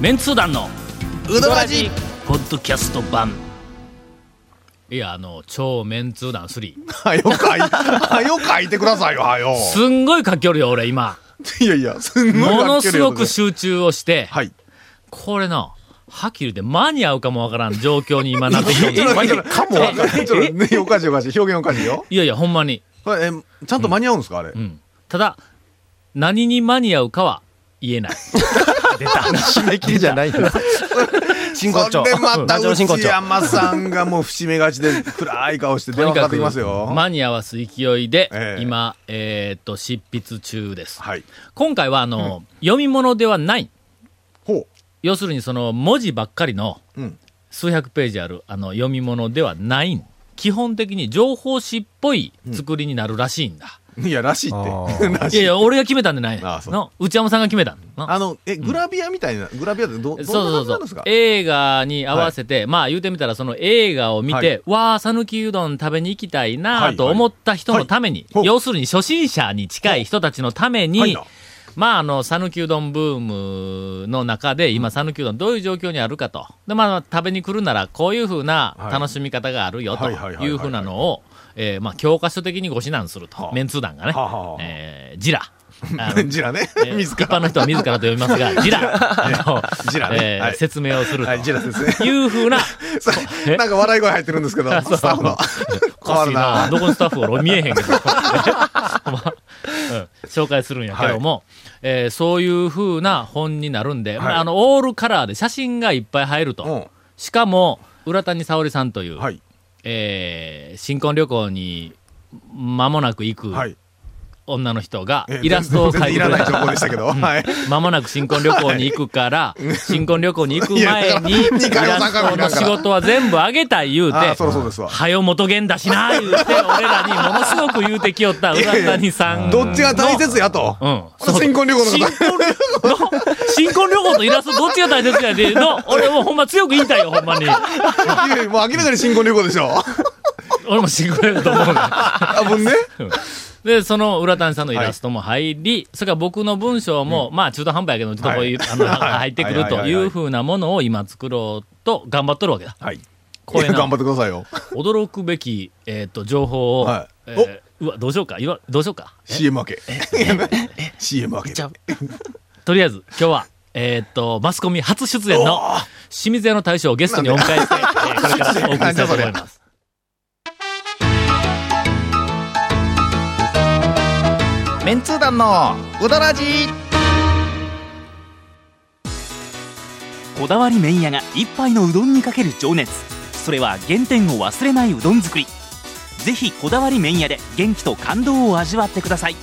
メンツー団のうどらじポッドキャスト版いやあの超メンツー団3はよかいはよ書いてくださいよはよすんごい書きよるよ俺今いやいやすん ごいもなのってするよごく集中をして、はいこれなはっきり言って間に合うかもわからん状況に今なってきてる間に合うかもわからない。ちょっとね、おかしいおかしい。表現おかしいよ。いやいやほんまに、これえちゃんと間に合うんですかあれ。うん、ただ何に間に合うかは言えない締め切りじゃないんです。進行そ調。れまたラジオ進行内調。山さんがもう節目がちで暗い顔して電と話にかかかってくきますよ。間に合わす勢いで、ええ今えーっと執筆中です、はい。今回はあの、読み物ではないほ要するにその文字ばっかりのう。うん。数百ページあるあの読み物ではないん基本的に情報誌っぽい作りになるらしいんだ、いや、らしいあって。ー らいやしいい。や俺が決めたんじゃないああそうの内山さんが決めたのあの、え、グラビアみたいな、グラビアってど、どそうんそな感うじそなうんですか映画に合わせて、まあ言うてみたらその映画を見て、わあ讃岐うどん食べに行きたいなあと思った人のために、はいはい要するに初心者に近い人たちのために、はいなまあ、あの、讃岐うどんブームの中で、今、讃岐うどんどういう状況にあるかと。で、まあ、食べに来るなら、こういうふうなはい楽しみ方があるよとはいはいはいはいいうふうなのを、えーまあ、教科書的にご指南するとは。あメンツー団がねはあはあはあ、えー ジラ。あのジラ ね。えー自一般ら。の人は自らと読みます が、ジラ。あのジラねえーはい説明をするはい、ジと。ラですね。いうふうな、さえなんか笑い声入ってるんです けど、スタッフの。お 変かわしるいな。な。どこのスタッフ俺見えへんけど。 ほんまうん紹介するんやけども、えーそういう風な本になるんで、まあ、あの、オールカラーで写真がいっぱい入ると。うしかも、浦谷沙織さんという、ん。はい。えー新婚旅行に間もなく行くはい。女の人がえーイラストを描いてくれ全然いらない情た。報でしたけど。はい。間もなく新婚旅行に行くから、新婚旅行に行く前に、いやイだからラストの仕事は全部あげたい言うあてあ、、そろそうですわ。はよ元源だしな言うて、俺らにものすごく言うてきよった浦谷さんの。どっちが大切やと。うん。新婚旅行の新こと。婚旅行の、新婚旅行とイラストどっちが大切やで、 の、俺もほんま強く言いたいよ、ほんまに。いやいやもう明らかに新婚旅行でしょ。俺も新婚旅行と思うが。あ、ぶ んね。で、その浦谷さんのイラストも入り、それから僕の文章も、まあ中途半端やけど、ちょっとこういう、はいあの、はい入ってくるとはいはいいはいはういふうなものを今作ろうと頑張っとるわけだ。はい。これな頑張ってくださいよ。驚くべき、えっ、と、情報を、はいえーうわ、どうしようか、いわどうしようか。 CM 明け。CM 明け。とりあえず、今日は、 えーっと、マスコミ初出演の、清水屋の大将をゲストにお迎え して、えーこれからお送りしたいと思います。メンツー団のうどらじこだわり麺屋が一杯のうどんにかける情熱それは原点を忘れないうどん作りぜひこだわり麺屋で元気と感動を味わってください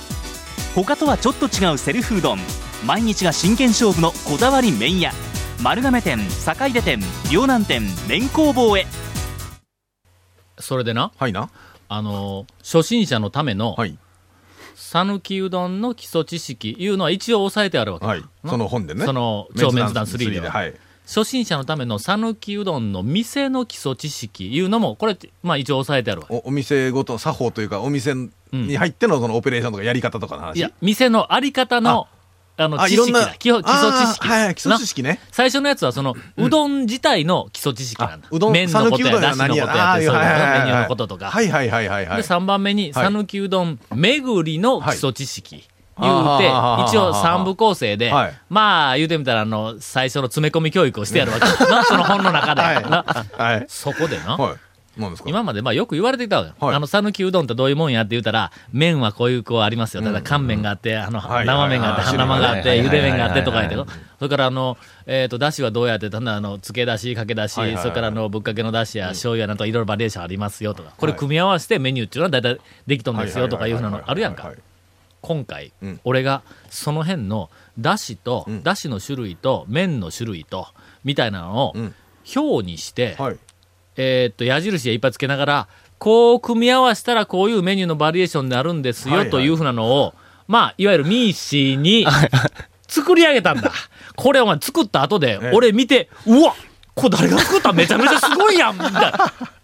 他とはちょっと違うセルフうどん毎日が真剣勝負のこだわり麺屋丸亀店坂出店両南店麺工房へそれでな、はいな。あのー初心者のための、はい。讃岐うどんの基礎知識、いうのは一応押さえてあるわけ。はい。その本でね。その超メンズ団3でははい。初心者のための讃岐うどんの店の基礎知識、いうのも、これ、まあ一応押さえてあるわけ。おお店ごと、作法というか、お店に入ってのそのオペレーションとかやり方とかの話。いや、店のあり方の、あの、あ、知いろ識んなだ。基本基礎知識。あーはい、基礎知な識ね。最初のやつはその、うどん自体の基礎知識なんだあ。うどん麺のことや、讃岐うどんやだしのことやって、そうい何やうことあーはいはいはメいはいニューのこととか。はいはいはいはいはい。で、3番目に、はい讃岐うどん巡りの基礎知識。言うて、あー一応3部構成で、はいまあ言うてみたら、あの、最初の詰め込み教育をしてやる わけですな、その本の中で。はいなはい。そこでな、はい。何ですか今までまあよく言われてきたわよ。はいあの、讃岐うどんってどういうもんやって言うたら、麺はこういうこうありますよ。ただ乾麺があって、あの、はい生麺があって、はい半生があっはいて、茹で麺があってとか言ってはの。それからあの、えっと、だしはどうやって、ただあの、漬けだし、かけだし、そはいはいはいれからあの、ぶっかけのだしや醤油やなんとかいろいろバリエーションありますよとか。これ組み合わせてメニューっていうのは大体できとんですよとかいうふうなのあるやんはかいはいはいはいはい。今回うん、俺がその辺の、だしと、んだしの種類と、麺の種類と、みたいなのをうん、表にして、 はい。えーっと、矢印でいっぱいつけながら、こう組み合わせたらこういうメニューのバリエーションになるんですよ、はいはいというふうなのを、まあ、いわゆるミーシーに作り上げたんだ。これお前作った後でええ、俺見て、うわこれ誰が作っためちゃめちゃすごいやんみたいない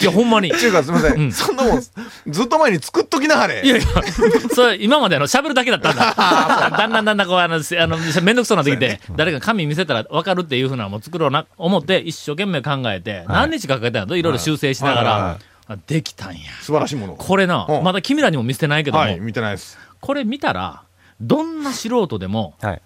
やほんま にい中華すみません、うんそんなもんずっと前に作っときなはれやいやそれ今まであの喋るだけだったん だだんだんだんだんこうあのせあのせめんどくそうになってきて、誰か紙見せたら分かるっていうふうなのも作ろうな思って一生懸命考えて、何日かかけたんやといろいろ修正しながら、はいはいあできたんや素晴らしいものこれな、うんまだ君らにも見せてないけども、はい見てないですこれ見たらどんな素人でもはい。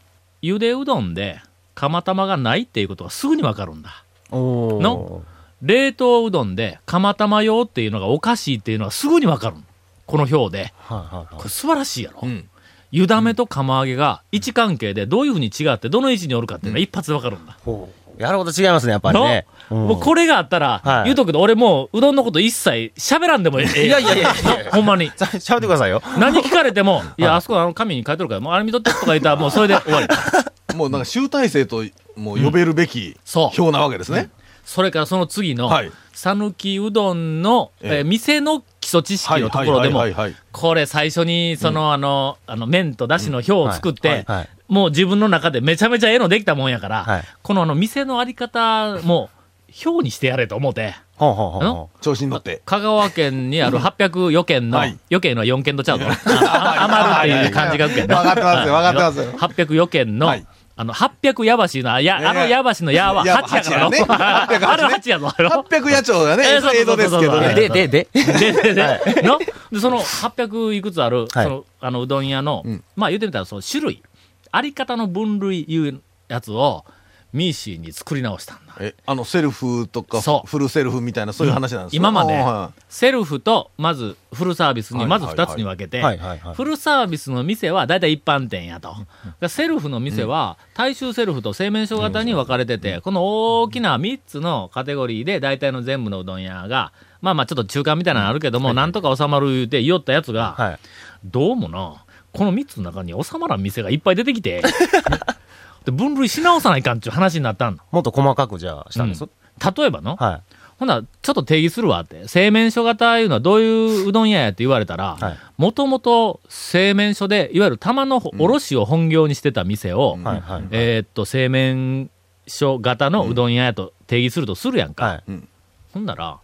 ゆでうどんで釜玉がないっていうことはすぐに分かるんだおーの冷凍うどんで釜玉用っていうのがおかしいっていうのはすぐに分かるのこの表ではいはいこはいれ素晴らしいやろ、うん湯だめと釜揚げが位置関係でどういうふうに違ってどの位置におるかっていうのが一発で分かるんだ、ほうやること違いますね、やっぱりね。んもうこれがあったら、はい言うとくけど俺もううどんのこと一切喋らんでもええいやいやいやいやの ほんまにさ喋ってくださいよ。何聞かれても、いや、あそこあの紙に書いとるから、もうあれ見とってとか言ったら、もうそれで終わり。もうなんか集大成ともう呼べるべきそう表なわけですね、それからその次のはい、讃岐、うどんの、えーええ店の基礎知識のところでもはいはいはいはいはい、これ最初に、その、あの、あの、麺と出汁の表を作って、はいはいもう自分の中でめちゃめちゃ絵のできたもんやから、はいこのあの、店のあり方も、表にしてやれと思って、ほうほうほうのほ調子に 乗って香川県にある804件の、はい4件のは4件とちゃうの。あ余るっていう感じがうけど。はいはいはいわかってま すよわかってますよ。804件の、はいあの、800やばしの、あや、ええあのやばしのやはや8やからの。八やねあれは8やぞ。 あれは800野鳥がねえーそうそうそうそう江戸ですけどはう。いねで、で、で。で、で、で、ので、その800いくつある、はいその、あの、うどん屋の、うんまあ言ってみたら、その種類、あり方の分類いうやつを、ミーシーに作り直したんだ。えあのセルフとかそうフルセルフみたいなそういう話なんですか今まあーでは、セルフと、まず、フルサービスに、はいまず2つに分けて、はいはいはいフ。ルサービスの店は大体一般店やと。でセルフの店は大衆セルフと製麺所型に分かれてて、この大きな3つのカテゴリーで大体の全部のうどん屋が、まあまあちょっと中間みたいなのあるけども、なんとか収まる言うて言おったやつが、はい。どうもな、この3つの中に収まらん店がいっぱい出てき て、で分類し直さないかんっていう話になったんの。もっと細かくじゃあしたんですう。例えばの、はほな、ちょっと定義するわって。製麺所型いうのはどういううどん屋やって言われたらはい、もともと製麺所で、いわゆる玉の卸を本業にしてた店を、い。はいはい。えーっと、製麺所型のうどん屋やと定義するとするやんか。はい。ほんなら、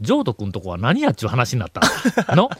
譲渡くんとこは何やっちゅう話になったんだの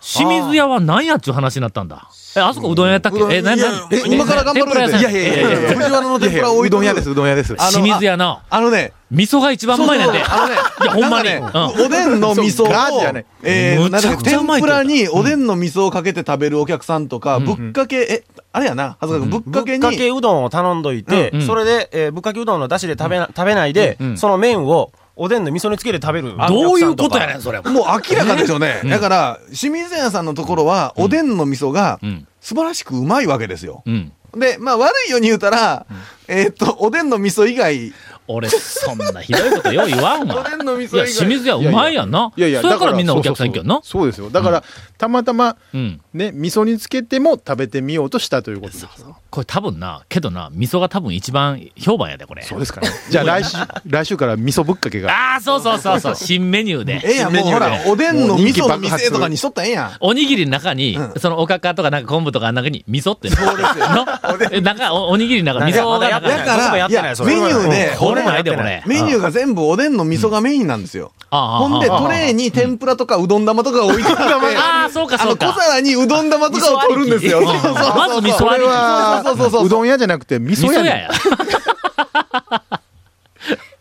清水屋は何やっちゅう話になったんだえ、あそこうどん屋やったっけうどんえ、な、いやな、え今から頑張る天ぷら屋さんいやいやいやいや藤原の天ぷらをうどん屋です、うどん屋です。あの清水屋のあのね味噌が一番うまいねんて。あのねいやほんまになんかねおでんの味噌そうガーッじゃをね、えー、むちゃくちゃうなんまいけか天ぷどらにおでんの味噌をかけて食べるお客さんとか、うんぶっかけ、え、あれやな、はずか君、ぶっぶっかけに、かけうどんを頼んどいて、うんそれで、えーぶっかけうどんの出汁で食べな、食べないで、うんその麺をおでんの味噌につけて食べる。どういうことやねん。ん、それ。もう明らかでしょうね。だから、清水屋さんのところは、おでんの味噌がうん、素晴らしくうまいわけですよ。うん。で、まあ悪いように言うたら、えーっと、おでんの味噌以外、俺、そんなひどいことよう言わんわ。おでんの味い噌以や、外。清水屋うまいやんな。いやいや、そやからだみんなお客さん行くよな。そうそうそうそうですよ。だから、たまたま、うん。ね、味噌につけても食べてみようとしたということです。これ多分な、けどな、味噌が多分一番評判やで、これ。そうですかね。じゃあ 来週、来週から味噌ぶっかけが。ああ、そうそうそうそう、新メニューええで。やん、もメうニュほーでら、おでんの味噌のもう人気爆店発とかにしとったらええやん。おにぎりの中に、そのおかかとかなんか昆布とかの中に味噌ってそうですよ。 のなんかおおにぎりの中に味噌がなんかまだやだっなてなから、い僕もってないそれメニューで、これもないで、これ。メニューが全部おでんの味噌がメインなんですよ。あーほんで、あートレーに天ぷらとかうどん玉とか置いてあって、 あーそうかあそのうか小皿にうどん玉とかを取るんですよ。味そ噌あうりきそうそうまず味噌ありきこれはそうそうそううそう。どん屋じゃなくて味味噌噌屋屋に。や。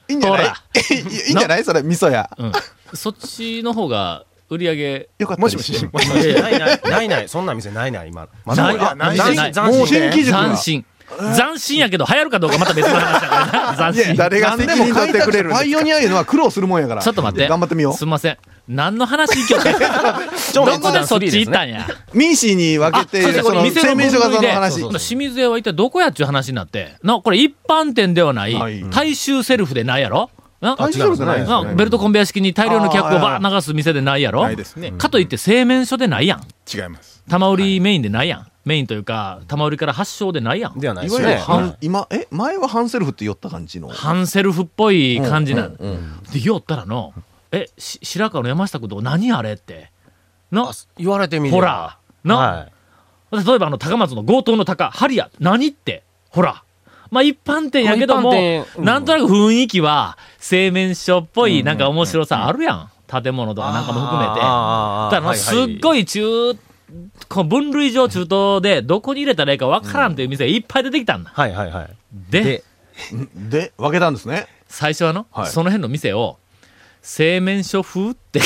いいんじゃないほら いいんじゃないそれ、味噌や。うん。そっちの方が売り上げ、よかったもでしす。もし。いやないない、ないない、そんな店ないない、今。まだないまだない斬ない斬新新規塾が斬新。斬新やけど流行るかどうかまた別の話だ からな。斬新。 誰が責でも任取開ってく拓者れるんでパすイかオニアいうのは苦労するもんやから。ちょっと待って。頑張ってみよすみません。何の話今 日どこでそっち行ったんや。う。民主に分けてあ、その、製麺所型の話。そうそう清水屋は一体どこやっちゅう話になって。な、これ一般店ではない、はい大衆セルフでないやろな大衆セルフじゃないですねなベルトコンベヤ式に大量の客をあーはばいー流す店でないやろないですねかといって製麺所でないやん。違います。玉売りメインでないやん。メインというか、玉売りから発祥でないやん。ではないいでわすゆねる。半、今、え、前は半セルフって言った感じの。半セルフっぽい感じなん、で、よったらの、え、し白川の山下君とこ何あれって。のあ、言われてみればほら、の、はい。例えばあの高松の強盗の高、ハリア、何って、ほら、まあ一般店やけども一般店、うんなんとなく雰囲気は、製麺所っぽい、なんか面白さあるやん。建物とかなんかも含めて。あーだからすっはごい中、この分類上中東で、どこに入れたらいいかわからんという店がいっぱい出てきたんだ。はいはいはい。でで、で、分けたんですね。最初はの、はいその辺の店を、製麺所風って、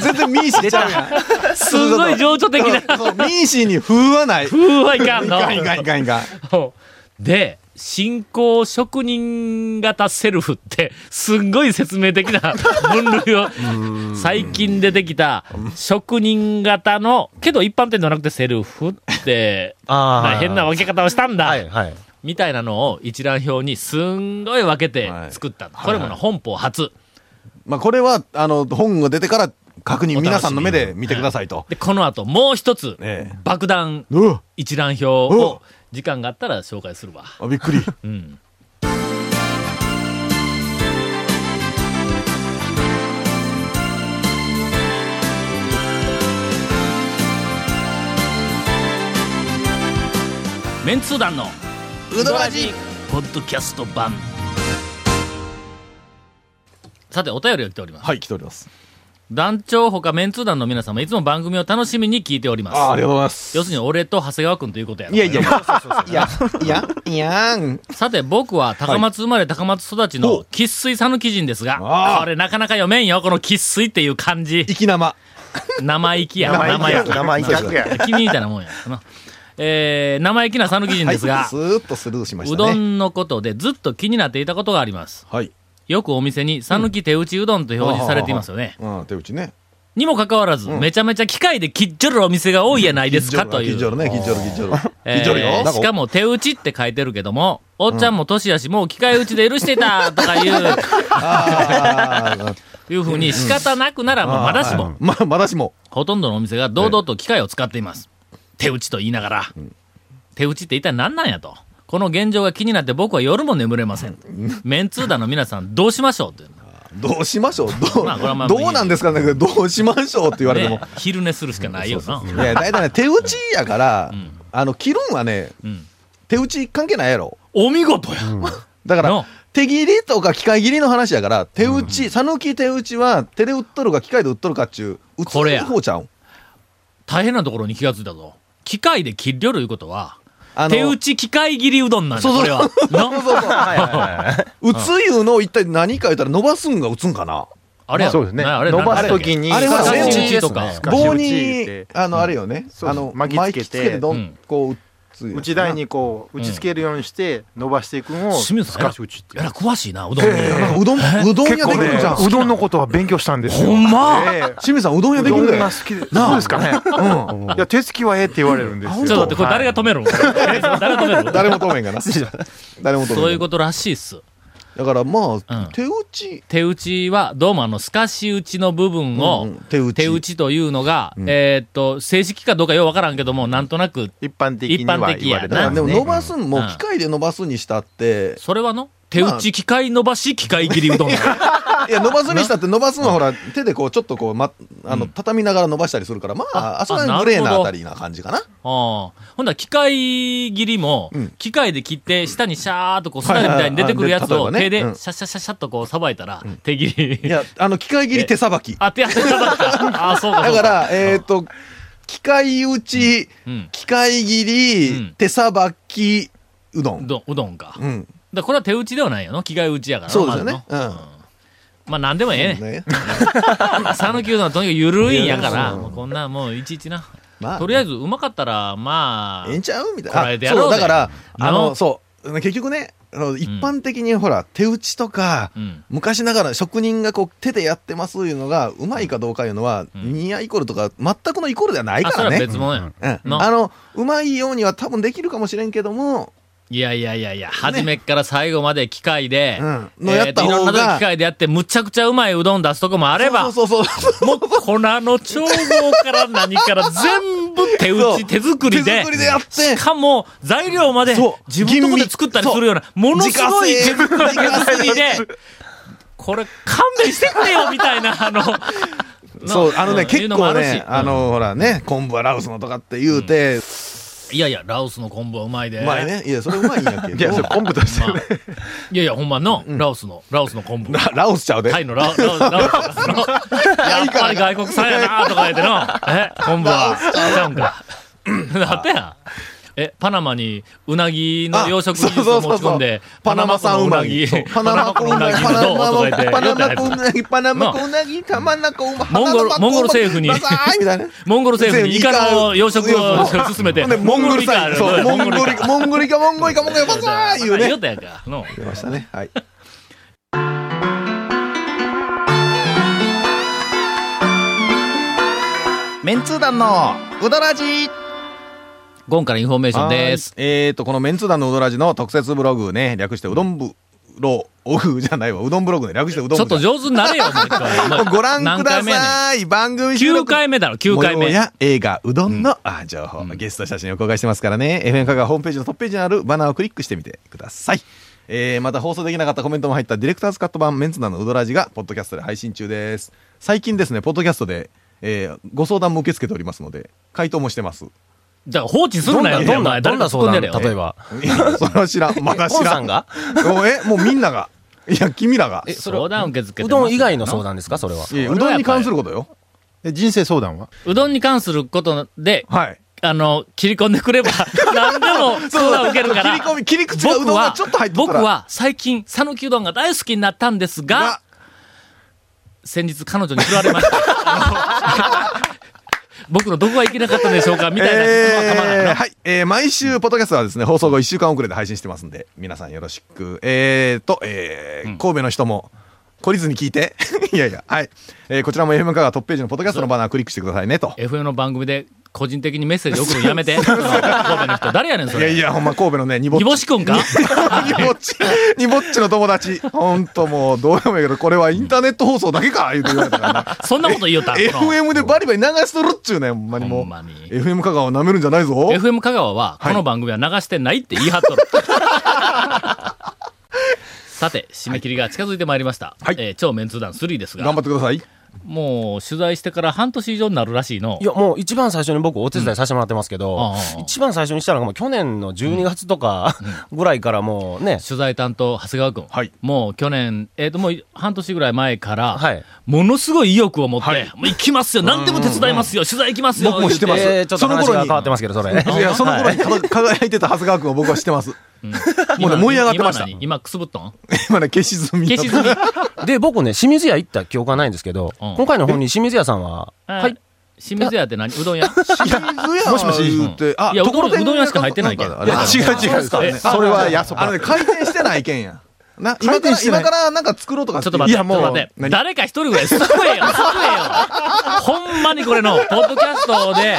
全然ミーシーちゃうやん。すごい情緒的なそうミーシーに風はない。い風はいかんの。かんいかんいかんいかん。で、信仰職人型セルフって、すんごい説明的な分類を、最近出てきた、職人型の、けど一般店じゃなくてセルフって、あな変な分け方をしたんだ、はいはい。みたいなのを一覧表にすんごい分けて作ったの。はいこれもはいのは本邦初。まあこれは、あの、本が出てから確お楽し認、み皆さんの目で見てくださいと。で、この後もう一つ、ええ爆弾うわ一覧表を、時間があったら紹介するわ。あび っくり。うん。メンツー団のうどらポッドキャスト版さてお便りが来ております、はい、来ております。団長ほかメンツー団の皆様いつも番組を楽しみに聞いておりますあありがとうございます。要するに俺と長谷川君ということやろいやいやいや、いや、いや、いやん。さて、僕は高松生まれ、高松育ちの喫水さぬ基人ですがあ、ーこれなかなか読めんよ、この喫水っていう漢字。生き生。生意気や、生意気や生意気や君みたいなもんや。なえー、生意気なさぬ基人はい、ですスが、ーッとスルーしましうたどね。んのことでずっと気になっていたことがあります。はい。よくお店に、さぬき手打ちうどんと表示されていますよね。うん、手打ちね。にもかかわらず、めちゃめちゃ機械で切っちょるお店が多いやないですか、といキッジョうル。ね、キッジョル、キッジョル。キ えッジョルよ。ー、しかも、も手打ちって書いてるけども、おっちゃんも年やし、もう機械打ちで許してたとかいう、 あーいうふうに仕方なくなら、まあまだしも、まあ、まだしも。ほとんどのお店が堂々と機械を使っています。手打ちと言いながら、手打ちって一体何なんやと。この現状が気になって僕は夜も眠れません。メンツーダの皆さんどうしましょうって。どうしましょうどう,、まあこれはまあどうなんですかねどうしましょうって言われても。ね、昼寝するしかないよな。いや、大体ね、手打ちやから、んあの、切るんはね、うん手打ち関係ないやろ。お見事や、だから、の手切りとか機械切りの話やから、手打ち、讃岐手打ちは手で打っとるか機械で打っとるかっちゅう、打つこれや方ちゃうん。大変なところに気がついたぞ。機械で切りょるいうことは、あの手打ち機械切りうどんなんだ、これは。 なそうそうそう。打ついうのを一体何か言ったら伸ばすんが打つんかな。あれや、そうですねなあれ伸ばす時にあれはあれは打ちとか。ね棒打ちに言うて、あの、あれよね。そうあの、巻きつけて巻どん、こう打つやつな。打ち台にこう打ちつけるようにして伸ばしていくのを清水スさんやらカッシュ打ちってやいうら詳しいな、うどんに。なんかうどん、うどん屋できるじゃん。うどんのことは勉強したんですよ。ほんまええ清水さん、うどん屋うできどるんんだよが。好きで。そうですかね。うん。いや、手つきはええって言われるんですよ。ちょっと待って、これ誰が止めるの 誰が止める誰も止めんがな。誰も止めんがな。そういうことらしいっす。だからまあ、うん手打ち、手打ちは、どうもあの、透かし打ちの部分を、うんうん手打ち手打ちというのが、えーっと、正式かどうかようわからんけども、なんとなく、一般的には言われ一般的やたなでも伸ばすんうもん機械で伸ばすにしたって、それはの、手打ち機械伸ばし機械切りうどん。いや伸ばすにしたって伸ばすのはほら手でこうちょっとこう、ま、あの畳みながら伸ばしたりするからまああそあこはなるほグどレーなあたりな感じかなああ。ほんだら機械切りもうん、機械で切って、下にシャーっとこう、スナイルみたいに出てくるやつはいを、はいはい手でで例えばねう、んシャッシャッシャッシャッとこう、さばいたら、手切いり。やあの機械切り手さばき だあ、手汗さばった。あ、そうか。そうからえっと機械打ちうん。機械切り、うん手さばきうどうんどん、うどんか。うんだからこれは手打ちではないよの機械打ちやからなそうですよねまずのうんまあ何でもええねねん。讃岐うどんはとにかく緩いんやかいやら、そうそうもうこんなもういちいちな。まとりあえずうまかったら、まええんあ、ちゃうみこらたえいてな。やそろうう、ぜだから、なあの、そう、結局ね、あの一般的にほら、手打ちとか、うん昔ながら職人がこう手でやってますいうのが、うまいかどうかいうのは、ニアイコールとか、全くのイコールではないあ、かそれはらね。別物やん。うんなあの、うまいようには多分できるかもしれんけども、いやいやいやいや、初めっから最後まで機械で、うんえーのやっいた方がろんなとこ機械でやって、むちゃくちゃうまいうどん出すとこもあれば、そうそうそう。もう粉の調合から何から全部手打そち、う手作り手で作、りでやってし、かも材料までそう自分のとこ吟で味作ったりするような、ものすごい手自家製作りで、これ勘弁してくれよみたいな、 あの、そう、あのんいね、う結も構るしね、あ、の、ほらね、昆布はラオスのとかって言うて、いやいや、ラオスの昆布はうまいで。うまいねいやそれうまいんやけいや、どそれ昆布としてまあ。ね。いやいや、ほんまの、ラオスの、ラオスの昆布。 ララオスちゃうで、タイのラオラオラオスの、やっぱり外国産やなとか言っての、え、昆布は、ちゃうん か。だってや。え、パナマにうなぎの養殖技術を持ち込んで、パナマ産うなぎパナマ産うなぎパナマパ産うナマなぎ産うなぎのどうとか言ってパナ言うたやつマ産うなぎパナマ産うなぎたまんなこうまモンゴルモンゴル政府にダサいみたいなモンゴル政府にイカの養殖を進めて、ほんでモンゴルイカあさんるそうモンゴイルモンゴルかモンゴルかモンゴルかバサー言う言ねうたやんか。の出ましたねはいメンツー団のうどらじゴンからインフォメーションです。はいえー、と、このメンツー団のうどらじの特設ブログね、略してうどんぶろ、オフじゃないわ、うどんブログね、略してうどんちょっぶとろ。上手になれよ、もう一回お前ご覧くだ何回目やねんさい。番組収9録回目だろ、9回模様目。や映画、うどんの、あ情報、ゲスト写真を公開してますからね、FM カがホームページのトップページにあるバナーをクリックしてみてください。えー、また放送できなかったコメントも入ったディレクターズカット版メンツ団のうどらじが、ポッドキャストで配信中です。最近ですね、ポッドキャストで、えーご相談も受け付けておりますので、回答もして ます。じゃあ放置するなよ、どんお前な、どんな相誰か突っ込んでやれよ談例えば。いやそれは知らん。まだ知コンらさん。んがおえ、もうみんなが。いや、君らが。えそれ相談受け付けうてますどん以外の相談ですかそれは。いやうどんに関することよ。え人生相談はうどんに関することで、はい。あの、切り込んでくれば、 何でも相談を受けるから。切り込み、切り口がうどん僕がはちょっと入っ、てた僕ら。は最近、讃岐うどんが大好きになったんですがが、先日彼女に振られました。 僕のどこがいけなかったんでしょうかみたいな質問はたまらないえなーはい。えー毎週、ポッドキャストはですね、放送後1週間遅れで配信してますんで、皆さんよろしく。えーと、えー神戸の人も、懲りずに聞いて。 いやいや、はい。えーこちらも FM カがトップページのポッドキャストのバナーをクリックしてくださいね、と。 FM の番組で個人的にメッセージ送るのやめ て。神戸の人、誰やねん、そいやれ。いや、ほんま神戸 のね、にぼっ煮ち干しくんかにぼっ ち、にぼっちの友達。ほんともう、どうでもいいけど、これはインターネット放送だけか言うて言われたから な。そんなこと言おったんこの FM でバリバリ流しとるっちゅうねん、ほんまにもほ。うんまに FM 香川を舐めるんじゃないぞ。 FM 香川は、この番組は流してないって言い張っとる。 さて、締め切りが近づいてまいりました。はいえー超メンツー団3です頑が張っ、てください。もう取材してから半年以上になるらしいのい。や、もう一番最初に僕お手伝いさせてもらってますけうんあどあ、一一番最初にしたのがもう去年の12月とかぐらいからもうね、取材担当、長谷川君。はいもう去年、えっ、と、もう半年ぐらい前から、はいものすごい意欲を持って、もう行きますよ、何でも手伝いますよ、取材行きますよ、僕も知ってますえーちょっと話その頃がに変わってますけど、それね。いや、その頃にか 輝いてた長谷川君を僕は知ってます。言もううね、て燃え上がってました。今何今くすぶっとん今ね、消し済み。消し済み。で、僕ね、清水屋行った記憶はないんですけど、うん今回の本に清水屋さんは、ははいい。。清水屋って何うどん屋もしもし言うて、あいやうどんところてうどん屋しか入ってないけんんかあれいや違う違うそうですかそれはやそあのこね、回転してないけんや。 な、今か回ら、転してな今いからなんか作ろうとかちょっと待って、ちいょや、っもとう、待って。誰か一人ぐらい救えよ、救え よ。ほんまにこれの、ポッドキャストで、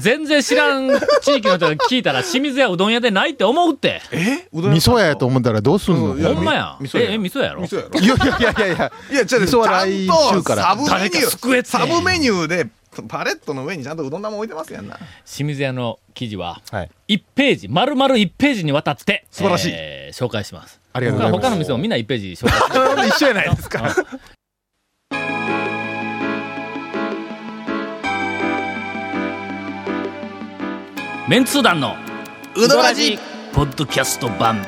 全然知らん地域の人が聞いたら、清水屋うどん屋でないって思うって。えうどん味噌屋やと思ったらどうすんのうんいほやんまやみ。味噌えや、え、味噌やろ味噌やろいやいやいやいやいや。いや、ちょっと、ち味噌はゃん来と週からサブメ誰ニかュ救えっー、てサブメニューで、パレットの上にちゃんとうどん玉置いてますやんな。清水屋の記事は、はい。 1ページ、丸々1ページにわたって、素晴らしいえー紹介します。ありがとうございます他の店もみんな1ページ紹介します。一緒やないですか。メンツー団の、うどらじポッドキャスト版